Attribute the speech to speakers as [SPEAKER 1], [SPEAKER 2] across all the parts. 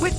[SPEAKER 1] With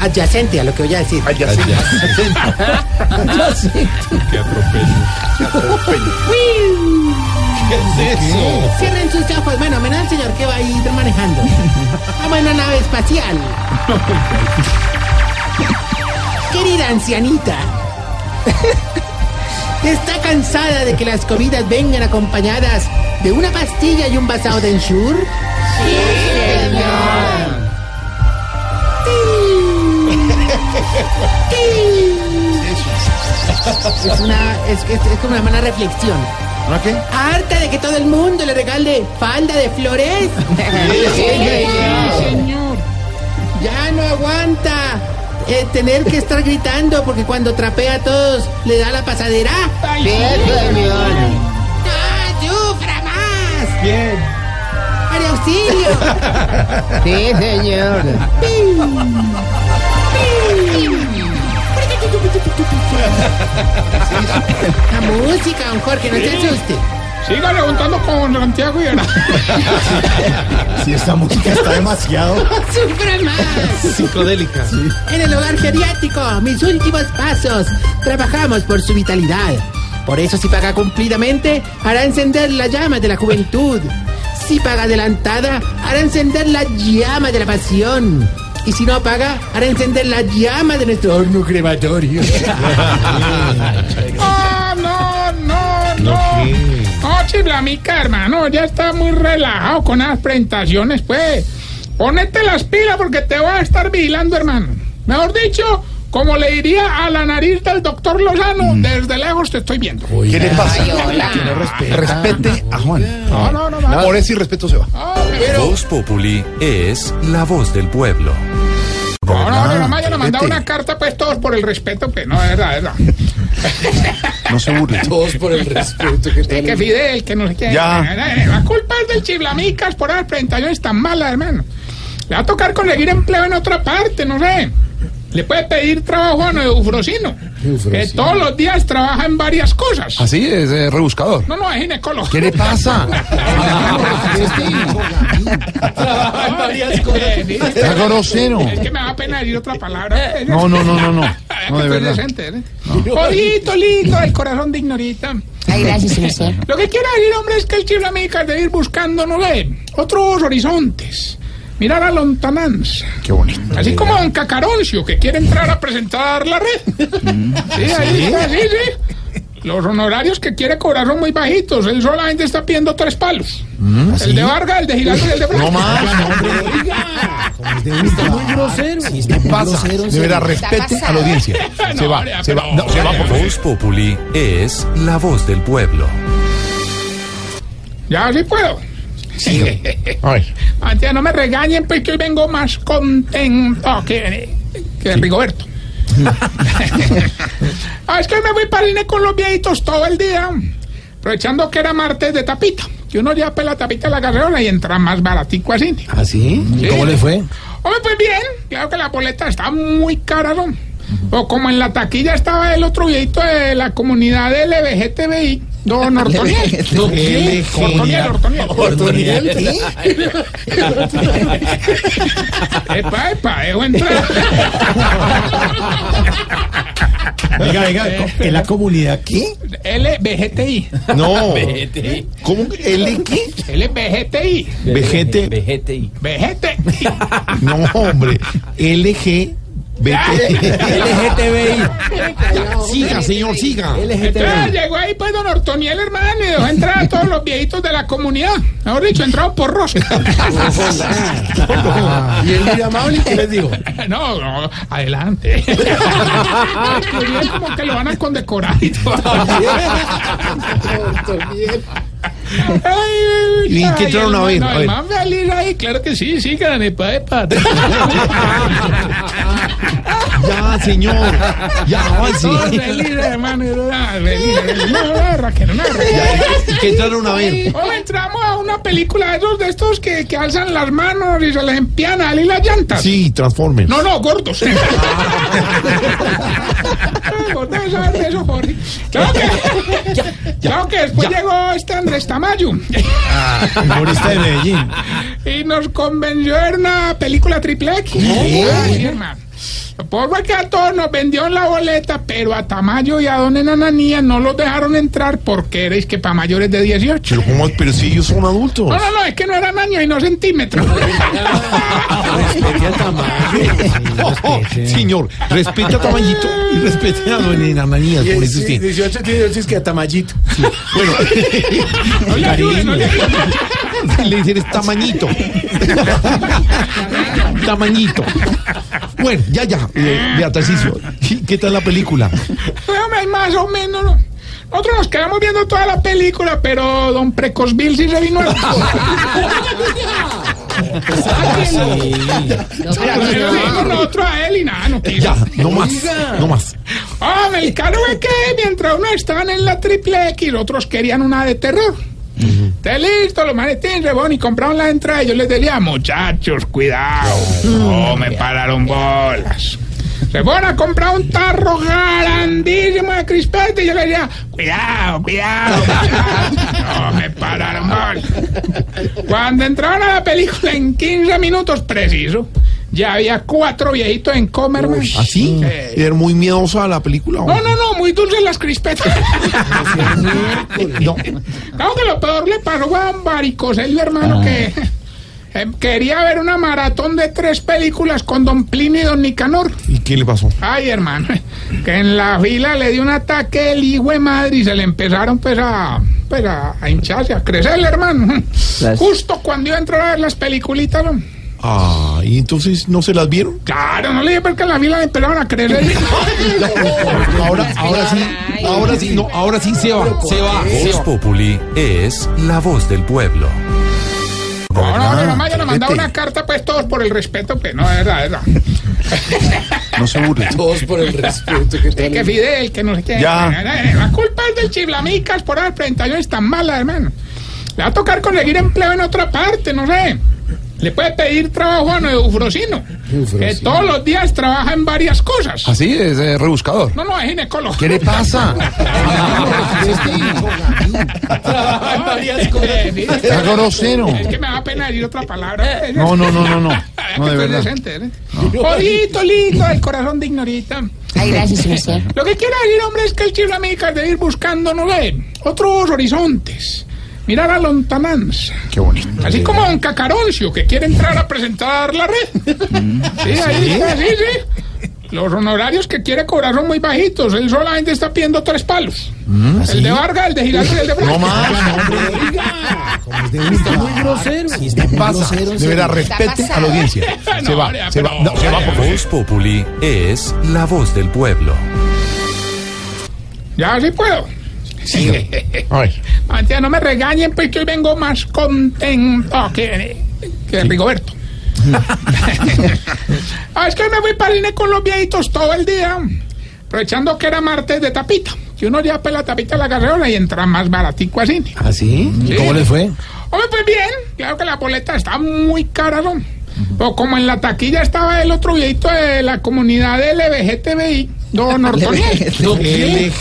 [SPEAKER 2] Adyacente a lo que voy a decir.
[SPEAKER 3] Adyacente.
[SPEAKER 2] Adyacente.
[SPEAKER 3] Qué atropello. Qué atropello. ¿Qué es eso?
[SPEAKER 2] Cierren sus gafas. Bueno, menos al señor que va a ir manejando. Vamos en una nave espacial. Querida ancianita, ¿está cansada de que las comidas vengan acompañadas de una pastilla y un vasado de ensure? Sí, señor. Es, una, es, es- es como una mala reflexión.
[SPEAKER 4] ¿Una qué?
[SPEAKER 2] Harta de que todo el mundo le regale falda de flores. Ya no aguanta eh, tener que estar gritando porque cuando trapea a todos le da la pasadera. ¡No sufra más!
[SPEAKER 3] Bien.
[SPEAKER 2] ¡María Auxilio!
[SPEAKER 5] Sí, señor.
[SPEAKER 2] La música, don Jorge, no se asuste.
[SPEAKER 3] Siga levantando con Santiago y Ana.
[SPEAKER 6] Si esta música está demasiado.
[SPEAKER 2] ¡No sufra más!
[SPEAKER 3] Psicodélica.
[SPEAKER 2] En el hogar geriátrico, mis últimos pasos. Trabajamos por su vitalidad. Por eso, si paga cumplidamente, hará encender la llama de la juventud. Si paga adelantada, hará encender la llama de la pasión. Y si no paga, hará encender la llama de nuestro horno crematorio.
[SPEAKER 7] Ah, no, no, no. No, chiblamica, hermano, ya está muy relajado con las presentaciones, pues. Ponete las pilas porque te va a estar vigilando, hermano. Mejor dicho, como le diría a la nariz del doctor Lozano,
[SPEAKER 6] Mm.
[SPEAKER 7] desde lejos te estoy viendo.
[SPEAKER 6] ¿Qué le pasa? Que no respeta. Respete a Juan.
[SPEAKER 7] No, no, no, no.
[SPEAKER 6] Por eso irrespeto se va.
[SPEAKER 7] No, me-
[SPEAKER 8] Voz Populi es la voz del pueblo.
[SPEAKER 7] no, no, no, no, no,
[SPEAKER 6] Vete.
[SPEAKER 7] una carta, pues, todos por el respeto, pues, no, es verdad, es verdad.
[SPEAKER 6] No se burle.
[SPEAKER 2] Todos por el respeto que
[SPEAKER 7] que Fidel, que no sé qué. Eh,
[SPEAKER 6] Ya.
[SPEAKER 7] La culpa es del chiblamicas por las presentaciones tan malas, hermano. Le va a tocar conseguir empleo en otra parte, no sé. Le puede pedir trabajo a Neufrosino, que todos los días trabaja en varias cosas.
[SPEAKER 6] Así es, eh, rebuscador.
[SPEAKER 7] No, no, es ginecólogo.
[SPEAKER 6] ¿Qué le pasa?
[SPEAKER 7] Trabaja en varias cosas.
[SPEAKER 6] Está grosero.
[SPEAKER 7] Es que me da pena decir otra palabra.
[SPEAKER 6] No, no, no, no, no.
[SPEAKER 7] Ah,
[SPEAKER 6] No,
[SPEAKER 7] que estoy
[SPEAKER 6] de verdad.
[SPEAKER 7] decente, ¿eh? Jodito, lindo, el corazón de ignorita.
[SPEAKER 5] Ay, gracias, señor.
[SPEAKER 7] Lo que quiero decir, hombre, es que el chiflamicas debe ir buscando, no ve, otros horizontes. Mirar a lontananza.
[SPEAKER 6] Qué bonito.
[SPEAKER 7] Así como don Cacaroncio, que quiere entrar a presentar la red. Sí, ahí está, sí, sí. Los honorarios que quiere cobrar son muy bajitos. Él solamente está pidiendo tres palos. El de Vargas, el de Giraldo y el de Blanco.
[SPEAKER 6] No más,
[SPEAKER 2] Muy grosero.
[SPEAKER 6] ¿Qué pasa? De verdad, respete a la audiencia. Se va, se va. No, se va, por favor.
[SPEAKER 8] Voz Populi es la voz del pueblo.
[SPEAKER 7] Ya sí puedo.
[SPEAKER 6] Ay,
[SPEAKER 7] Antes no me regañen, pues que hoy vengo más contento que, que Rigoberto. ah, es que me voy para el cine con los viejitos todo el día, aprovechando que era martes de tapita. Que uno ya pues la tapita a la carreola y entra más baratico así.
[SPEAKER 2] ¿Ah, sí?
[SPEAKER 7] ¿Cómo le
[SPEAKER 2] fue?
[SPEAKER 7] Hombre, pues bien, claro que la boleta está muy cara, ¿no? O como en la taquilla estaba el otro viejito de la comunidad LBGTBI, don Ortoniel.
[SPEAKER 2] LBGTBI.
[SPEAKER 7] Ortoniel, Ortoniel. Epa, epa, dejo entrar.
[SPEAKER 6] venga, venga. ¿En
[SPEAKER 7] Eh,
[SPEAKER 6] la comunidad qué?
[SPEAKER 7] LBGTI.
[SPEAKER 6] No. ¿Cómo? ¿El qué?
[SPEAKER 7] LBGTI.
[SPEAKER 6] Vejete.
[SPEAKER 7] BGTI.
[SPEAKER 6] No, hombre. LG.
[SPEAKER 2] LGTBI.
[SPEAKER 6] Siga, señor, siga.
[SPEAKER 7] Entonces llegó ahí pues don Ortoniel, hermano, y dejó entrar a todos los viejitos de la comunidad. Mejor dicho, entraron por rosca.
[SPEAKER 6] ¿Y el muy amable qué les digo?
[SPEAKER 7] No, no, adelante. Quería como que lo van a condecorar y todo. Ay,
[SPEAKER 6] ¿Y en qué
[SPEAKER 7] ay,
[SPEAKER 6] trono
[SPEAKER 7] el
[SPEAKER 6] a ver?
[SPEAKER 7] man-
[SPEAKER 6] A
[SPEAKER 7] No, el
[SPEAKER 6] ver.
[SPEAKER 7] man feliz ahí, claro que sí, sí, gran epa, epa.
[SPEAKER 9] Ah, señor. Ya, avance.
[SPEAKER 7] Todos felices, hermano. ah, felices, felices. No, no, Raquel, no, Raquel.
[SPEAKER 9] Y que entraron a ver.
[SPEAKER 7] Hoy entramos a una película de esos de estos que, que alzan las manos y se les empiezan a salir las llantas.
[SPEAKER 6] Sí, transformen.
[SPEAKER 7] No, no, gordos. Vos debes saber de eso, Jorge. Claro que, claro que después llegó este Andrés Tamayo
[SPEAKER 9] Humorista de Medellín.
[SPEAKER 7] y nos convenció en una película triple X. Ah, sí, hermano. Por que a todos nos vendió la boleta, pero a Tamayo y a Don Enananía no los dejaron entrar porque erais que para mayores de 18.
[SPEAKER 6] Pero, ¿cómo? pero si ellos son adultos.
[SPEAKER 7] No, no, no, es que no eran años y no centímetros.
[SPEAKER 9] Respete a Tamayo.
[SPEAKER 6] Oh, oh, señor, respete a Tamayito y respete a Don Enananías, por eso sí.
[SPEAKER 9] 18 tiene es que a Tamayito.
[SPEAKER 6] Bueno,
[SPEAKER 7] No le ayuden, no le ayuden.
[SPEAKER 6] le dicen es tamañito. tamañito. Bueno, ya, ya, eh, Beata Tarcisio, ¿Qué tal la película?
[SPEAKER 7] Hombre, más o menos. ¿no? Nosotros nos quedamos viendo toda la película, pero Don Precosville sí se vino al Ah, Pero vimos nosotros a él y nada, no quiso.
[SPEAKER 6] Ya, no más, no más.
[SPEAKER 7] Hombre, Ah, el caro es que mientras unos estaban en la triple X, otros querían una de terror. Está listo, los maletines rebón y compraron las entradas. Y yo les decía, muchachos, cuidado. No me pararon bolas. Se fueron a comprar un tarro grandísimo de crispete. Y yo les decía, cuidado, cuidado. cuidado. No me pararon bolas. Cuando entraron a la película en 15 minutos preciso, ya había cuatro viejitos en Comerman.
[SPEAKER 4] ¿ah,
[SPEAKER 6] ¿Así? ¿Era muy miedosa la película? o-
[SPEAKER 7] No, no, no, muy dulces las crispetas.
[SPEAKER 6] No.
[SPEAKER 7] Claro que lo peor le pasó a Baricos, el hermano que eh, quería ver una maratón de tres películas con Don Plinio y Don Nicanor.
[SPEAKER 6] ¿Y qué le pasó?
[SPEAKER 7] Ay, hermano, que en la fila le dio un ataque el hijo de madre y se le empezaron pues a, pues, a, a hincharse, a crecerle, hermano. Justo cuando iba a entrar a ver las peliculitas, ¿no?
[SPEAKER 6] Ah, ¿y entonces no se las vieron?
[SPEAKER 7] Claro, no le dije porque en la fila le empezaron a crecer.
[SPEAKER 6] Ahora, ahora sí, ahora sí, no, ahora sí se va, se va.
[SPEAKER 8] Voz Populi es la voz del pueblo.
[SPEAKER 3] Pues
[SPEAKER 7] Ahora, ahora, mamá, ya le
[SPEAKER 6] Vete.
[SPEAKER 7] mandaba una carta, pues todos por el respeto, que no, es verdad, es verdad.
[SPEAKER 6] No se burle.
[SPEAKER 9] Todos por el respeto que
[SPEAKER 7] Sí, que Fidel, que no sé qué.
[SPEAKER 6] Ya.
[SPEAKER 7] La culpa es del chiflamicas por las presentaciones tan malas, hermano. Le va a tocar conseguir empleo en otra parte, no sé. Le puede pedir trabajo a Neufrosino, que todos los días trabaja en varias cosas.
[SPEAKER 3] Así es, eh, rebuscador.
[SPEAKER 7] No, no, es ginecólogo.
[SPEAKER 3] ¿Qué le pasa?
[SPEAKER 9] Trabaja en varias cosas.
[SPEAKER 7] Sí,
[SPEAKER 3] Está grosero.
[SPEAKER 7] Es que me da pena decir otra palabra.
[SPEAKER 3] No, no, no, no, no.
[SPEAKER 7] Es que
[SPEAKER 3] No, de
[SPEAKER 7] estoy
[SPEAKER 3] verdad.
[SPEAKER 7] decente, ¿eh? Jodito, lindo, el corazón de ignorita.
[SPEAKER 5] Ay, gracias, señor Sierra.
[SPEAKER 7] Lo que quiero decir, hombre, es que el chiflamicas debe ir buscando, no sé, otros horizontes. Mirar a lontananza.
[SPEAKER 3] Qué bonito.
[SPEAKER 7] Así como un cacaroncio que quiere entrar a presentar la red.
[SPEAKER 6] Mm.
[SPEAKER 7] Sí, ahí está, sí, sí. Los honorarios que quiere cobrar son muy bajitos. Él solamente está pidiendo tres palos.
[SPEAKER 6] Ah,
[SPEAKER 7] El de Vargas, el de Giraldo y el de Blanco.
[SPEAKER 9] Está muy grosero. está muy
[SPEAKER 6] Pasa,
[SPEAKER 9] grosero,
[SPEAKER 6] de verdad,
[SPEAKER 9] señor.
[SPEAKER 6] respete a la audiencia. Se
[SPEAKER 7] No,
[SPEAKER 6] va,
[SPEAKER 7] hombre,
[SPEAKER 6] se va,
[SPEAKER 7] pero-
[SPEAKER 6] no, se va, por favor.
[SPEAKER 8] Voz Populi es la voz del pueblo.
[SPEAKER 7] Ya sí puedo.
[SPEAKER 6] A ver,
[SPEAKER 7] Antes no me regañen, pues que hoy vengo más contento Ah, que, que Rigoberto. Ah, es que me fui para el cine con los viejitos todo el día, aprovechando que era martes de tapita. Que uno ya pela la tapita a la carreola y entra más baratico al cine.
[SPEAKER 9] ¿Ah, sí? ¿Cómo les fue?
[SPEAKER 7] Hombre, pues bien, claro que la boleta está muy cara, ¿no? Pero como en la taquilla estaba el otro viejito de la comunidad LBGTBI, don Ortoniel.
[SPEAKER 9] No,
[SPEAKER 7] Sí,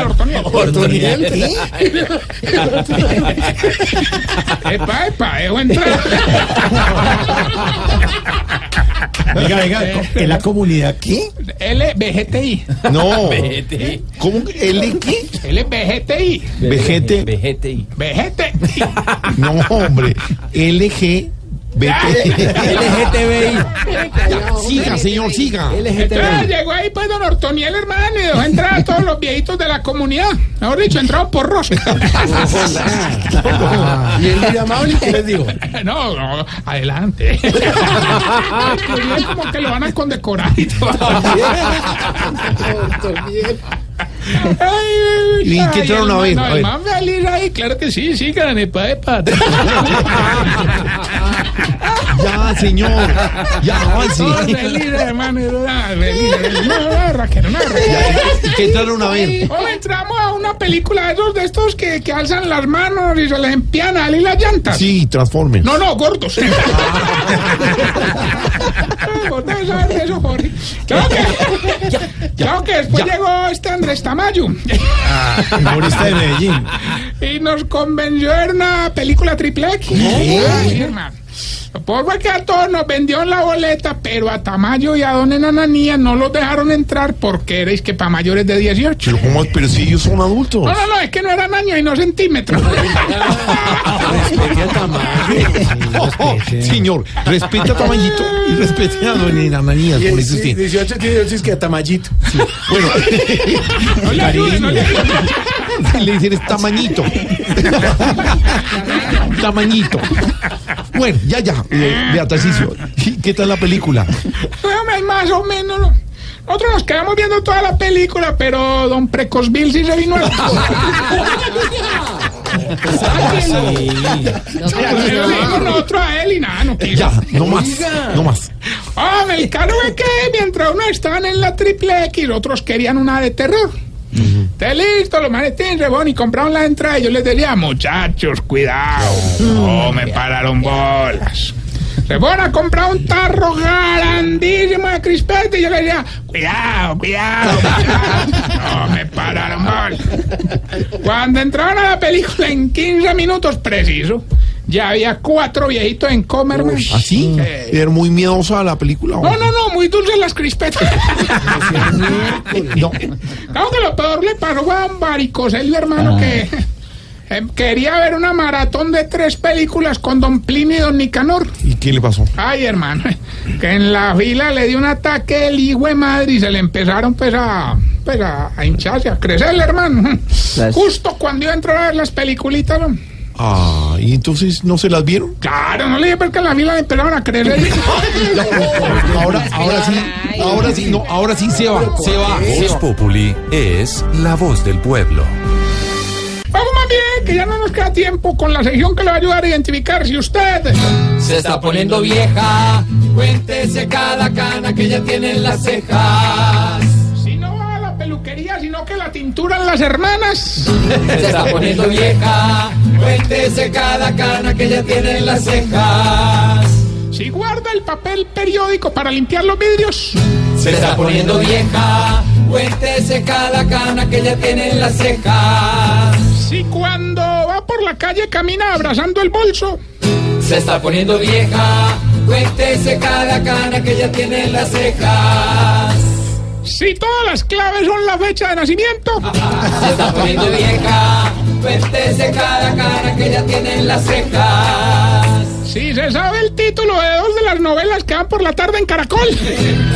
[SPEAKER 7] Ortoniel, Ortoniel.
[SPEAKER 9] ¿Qué?
[SPEAKER 7] Epa, epa, dejo entrar.
[SPEAKER 9] Venga, venga, co- ¿en la comunidad qué?
[SPEAKER 7] LBGTI.
[SPEAKER 6] no. ¿Cómo? ¿L qué?
[SPEAKER 7] LBGTI. BGTI.
[SPEAKER 6] Vejete. No, hombre. LG. Siga, señor, siga.
[SPEAKER 7] Entonces llegó ahí pues don Ortoniel, hermano, y dejó entrar a todos los viejitos de la comunidad. Mejor dicho, entraron por rosca.
[SPEAKER 9] ¿Y el muy amable qué les digo?
[SPEAKER 7] No, no, adelante. Es como que lo van a condecorar y todo. Ay,
[SPEAKER 6] ¿Y qué
[SPEAKER 7] ay,
[SPEAKER 6] entraron a
[SPEAKER 7] hermano,
[SPEAKER 6] ver? A ver.
[SPEAKER 7] Además, feliz ahí, claro que sí, sí, gran epa, epa.
[SPEAKER 6] Ya, señor. Ya, avance.
[SPEAKER 7] Todos felices, hermano. todos felices. No, no, Raquel, no, Raquel.
[SPEAKER 6] Ya, que entraron a ver.
[SPEAKER 7] Hoy entramos a una película de esos de estos que, que alzan las manos y se les empiezan a salir las llantas.
[SPEAKER 6] Sí, transformen.
[SPEAKER 7] No, no, gordos. Gordos, debes saber de eso, Jorge. Claro que, claro que después llegó este Andrés Tamayo
[SPEAKER 9] Humorista de Medellín.
[SPEAKER 7] y nos convenció en una película triple X. Ay, hermano. Por que a todos nos vendió la boleta, pero a Tamayo y a Don Enananía no los dejaron entrar porque erais que para mayores de 18.
[SPEAKER 6] Pero, ¿cómo? Pero si ellos son adultos.
[SPEAKER 7] No, no, no, es que no eran años y no centímetros.
[SPEAKER 6] Oh, oh, señor, respeta a Tamayito y respete a don Enananías, por eso sí.
[SPEAKER 9] 18 tiene 18 es que a Tamayito.
[SPEAKER 6] Bueno,
[SPEAKER 7] No le ayudes, no le ayudes.
[SPEAKER 6] si le dicen es tamañito. tamañito. Bueno, ya, ya, eh, vea, Tarcisio, ¿qué tal la película?
[SPEAKER 7] Bueno, más o menos. ¿no? Nosotros nos quedamos viendo toda la película, pero Don Precosville sí se vino a nosotros a él y nada, no quiso.
[SPEAKER 6] Ya, no más, no más.
[SPEAKER 7] Ah, el caro es que mientras unos estaban en la triple X, otros querían una de terror. Te listo, los manes tienen rebón y compraron las entradas. Y yo les decía, muchachos, cuidado. No me pararon bolas. Rebón ha comprado un tarro grandísimo de crispete. Y yo le decía, cuidado, cuidado. cuidado. No me pararon bolas. Cuando entraron a la película en 15 minutos preciso, ya había cuatro viejitos en comerme.
[SPEAKER 3] ¿Ah,
[SPEAKER 6] ¿Así? ¿Era muy miedosa la película?
[SPEAKER 7] No, no, no, muy dulces las crispetas.
[SPEAKER 6] No.
[SPEAKER 7] Claro que lo peor le pasó a un baricoselio, hermano, que eh, quería ver una maratón de tres películas con Don Plinio y Don Nicanor.
[SPEAKER 6] ¿Y qué le pasó?
[SPEAKER 7] Ay, hermano, que en la fila le dio un ataque el hijo de madre y se le empezaron pues a, pues, a, a hincharse, a crecerle, hermano. Justo cuando iba a entrar a ver las peliculitas, ¿no?
[SPEAKER 6] Ah, ¿y entonces no se las vieron?
[SPEAKER 7] Claro, no le dije porque en la fila le empezaron a crecer.
[SPEAKER 6] Ahora, ahora sí, ahora sí, no, ahora sí se va, se va.
[SPEAKER 8] Voz Populi es la voz del pueblo.
[SPEAKER 7] Vamos más bien, que ya no nos queda tiempo con la sección que le va a ayudar a identificar si usted...
[SPEAKER 10] Se está poniendo vieja, cuéntese cada cana que ya tiene en las cejas.
[SPEAKER 7] Si no va a la peluquería, sino que la tinturan las hermanas.
[SPEAKER 10] Se está poniendo vieja, cuéntese cada cana que ya tiene en las cejas.
[SPEAKER 7] Si guarda el papel periódico para limpiar los vidrios.
[SPEAKER 10] Se está poniendo vieja, cuéntese cada cana que ya tiene en las cejas.
[SPEAKER 7] Si cuando va por la calle camina abrazando el bolso.
[SPEAKER 10] Se está poniendo vieja, cuéntese cada cana que ya tiene en las cejas.
[SPEAKER 7] Si todas las claves son la fecha de nacimiento.
[SPEAKER 10] Se está poniendo vieja, cuéntese cada cana que ya tiene en las cejas.
[SPEAKER 7] Si se sabe el título de dos de las novelas que van por la tarde en Caracol.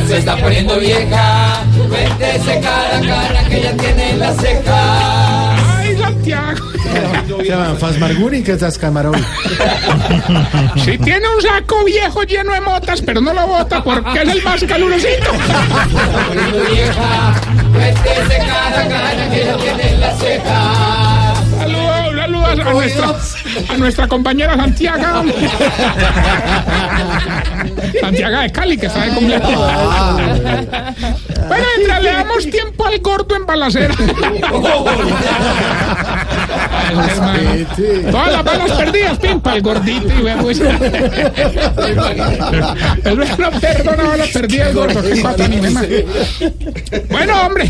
[SPEAKER 10] Se está poniendo vieja, cuéntese cada cana que ya tiene en las cejas.
[SPEAKER 7] Ay, Santiago.
[SPEAKER 9] Se llaman Fasmarguri, que estás camarón.
[SPEAKER 7] Si tiene un saco viejo lleno de motas, pero no lo bota porque es el más calurosito.
[SPEAKER 10] Se está poniendo vieja, cuéntese cada cana que ya tiene en las cejas.
[SPEAKER 7] Saludos, saludos a nuestra, a nuestra compañera Santiago. Santiago de Cali, que sabe cómo Bueno, mientras le damos tiempo al gordo en balacera. Hermano, Todas las balas perdidas, pim, para el gordito. Y vea, pues. El bueno perdona balas perdidas, el gordo. qué pata, ni me más. Bueno, hombre,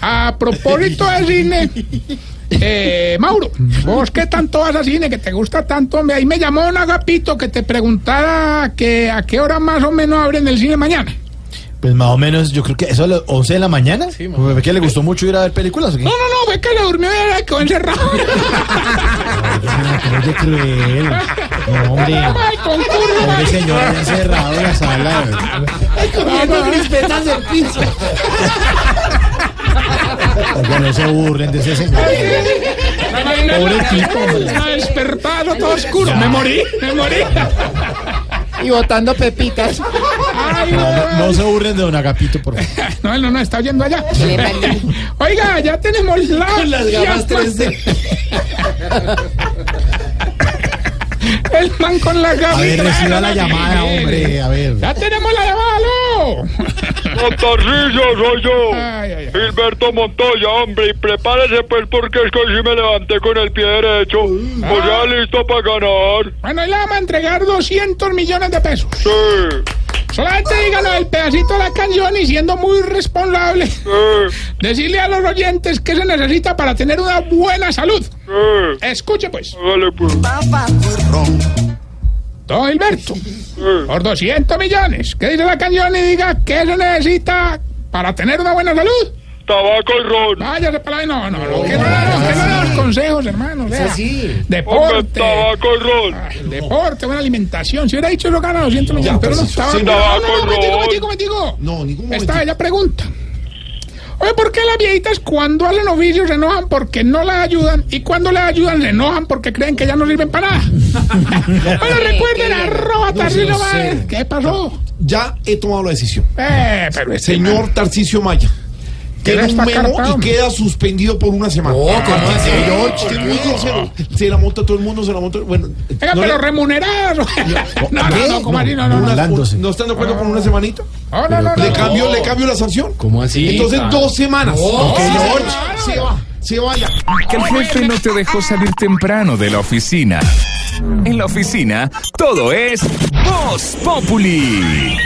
[SPEAKER 7] a propósito de cine. Eh, Mauro, vos qué tanto vas a cine que te gusta tanto, hombre. Ahí me llamó un agapito que te preguntara que a qué hora más o menos abren el cine mañana.
[SPEAKER 9] Pues más o menos, yo creo que eso a las 11 de la mañana. Sí, ¿Qué le gustó mucho ir a ver películas o qué?
[SPEAKER 7] No, no, no, ve que le durmió y ahora quedó encerrado.
[SPEAKER 9] No, qué cruel. No, hombre.
[SPEAKER 7] Ay, concurso,
[SPEAKER 9] Pobre
[SPEAKER 7] ay.
[SPEAKER 9] señor, allá encerrado en la sala.
[SPEAKER 7] No, no,
[SPEAKER 9] Oiga, no se burlen de ese señor.
[SPEAKER 7] Pobre
[SPEAKER 9] tipo, hombre.
[SPEAKER 7] despertado todo oscuro. Me morí, me morí.
[SPEAKER 5] Y botando pepitas.
[SPEAKER 7] Ay,
[SPEAKER 9] No,
[SPEAKER 7] no,
[SPEAKER 9] no se burlen de don Agapito, por favor.
[SPEAKER 7] no, él no, no, está yendo allá. Oiga, ya tenemos la.
[SPEAKER 3] Las gamas 3D.
[SPEAKER 7] El man con la gafas.
[SPEAKER 9] A ver, reciba la llamada, hombre. A ver.
[SPEAKER 7] Ya tenemos la llamada, aló.
[SPEAKER 11] Montarrillo soy yo. Gilberto Montoya, hombre, y prepárese pues porque es que hoy sí me levanté con el pie derecho. Pues ya listo para ganar.
[SPEAKER 7] Bueno, y le vamos a entregar 200 millones de pesos.
[SPEAKER 11] Sí.
[SPEAKER 7] Solamente díganos el pedacito de la canción y siendo muy responsable, decirle a los oyentes qué se necesita para tener una buena salud. Escuche pues. Don Gilberto, por 200 millones, ¿qué dice la canción y diga qué se necesita para tener una buena salud?
[SPEAKER 11] Tabaco y ron.
[SPEAKER 7] Váyase para ahí, no, no, no, que no, no, que no da los consejos, hermano. vea.
[SPEAKER 11] Hombre,
[SPEAKER 7] Deporte.
[SPEAKER 11] tabaco y ron.
[SPEAKER 7] Deporte, buena alimentación. Si hubiera dicho eso, gana 200 millones,
[SPEAKER 11] Ya,
[SPEAKER 7] pero no
[SPEAKER 11] pues,
[SPEAKER 7] estaba.
[SPEAKER 11] sí,
[SPEAKER 7] No,
[SPEAKER 11] tabaco,
[SPEAKER 7] no, no, metigo,
[SPEAKER 11] Rod.
[SPEAKER 7] metigo, metigo.
[SPEAKER 9] No, ningún
[SPEAKER 7] Esta bella pregunta. Oye, ¿por qué las viejitas cuando hacen oficio se enojan porque no las ayudan? Y cuando las ayudan se enojan porque creen que ya no sirven para nada. bueno, recuerden, arroba
[SPEAKER 6] No,
[SPEAKER 7] Tarcillo
[SPEAKER 6] no sé.
[SPEAKER 7] Báez. ¿Qué pasó?
[SPEAKER 6] Ya he tomado la decisión.
[SPEAKER 7] Eh, pero este
[SPEAKER 6] Señor Tarcicio Maya. Queda
[SPEAKER 7] Queda
[SPEAKER 6] un
[SPEAKER 7] esta
[SPEAKER 6] memo
[SPEAKER 7] carta,
[SPEAKER 6] y
[SPEAKER 7] hombre.
[SPEAKER 6] queda suspendido por una semana.
[SPEAKER 7] Oh, ¿cómo
[SPEAKER 6] Ah,
[SPEAKER 7] así?
[SPEAKER 6] señor, que muy grosero. Se la monta todo el mundo, se la monta. Bueno,
[SPEAKER 7] Venga,
[SPEAKER 6] no le-
[SPEAKER 7] pero remuneradas. No, no,
[SPEAKER 6] ¿Qué?
[SPEAKER 7] no, comadre, no, no, no.
[SPEAKER 6] Una- ¿No están de acuerdo con una semanita?
[SPEAKER 7] No, no, no,
[SPEAKER 6] Le
[SPEAKER 7] no.
[SPEAKER 6] cambio, le cambio la sanción.
[SPEAKER 12] ¿Cómo así?
[SPEAKER 6] Entonces
[SPEAKER 12] Ah.
[SPEAKER 6] dos semanas.
[SPEAKER 12] No.
[SPEAKER 6] Ok,
[SPEAKER 12] Sí,
[SPEAKER 6] George,
[SPEAKER 12] claro.
[SPEAKER 6] se va, se vaya.
[SPEAKER 13] Que el jefe no te dejó salir temprano de la oficina. En la oficina, todo es Voz Populi.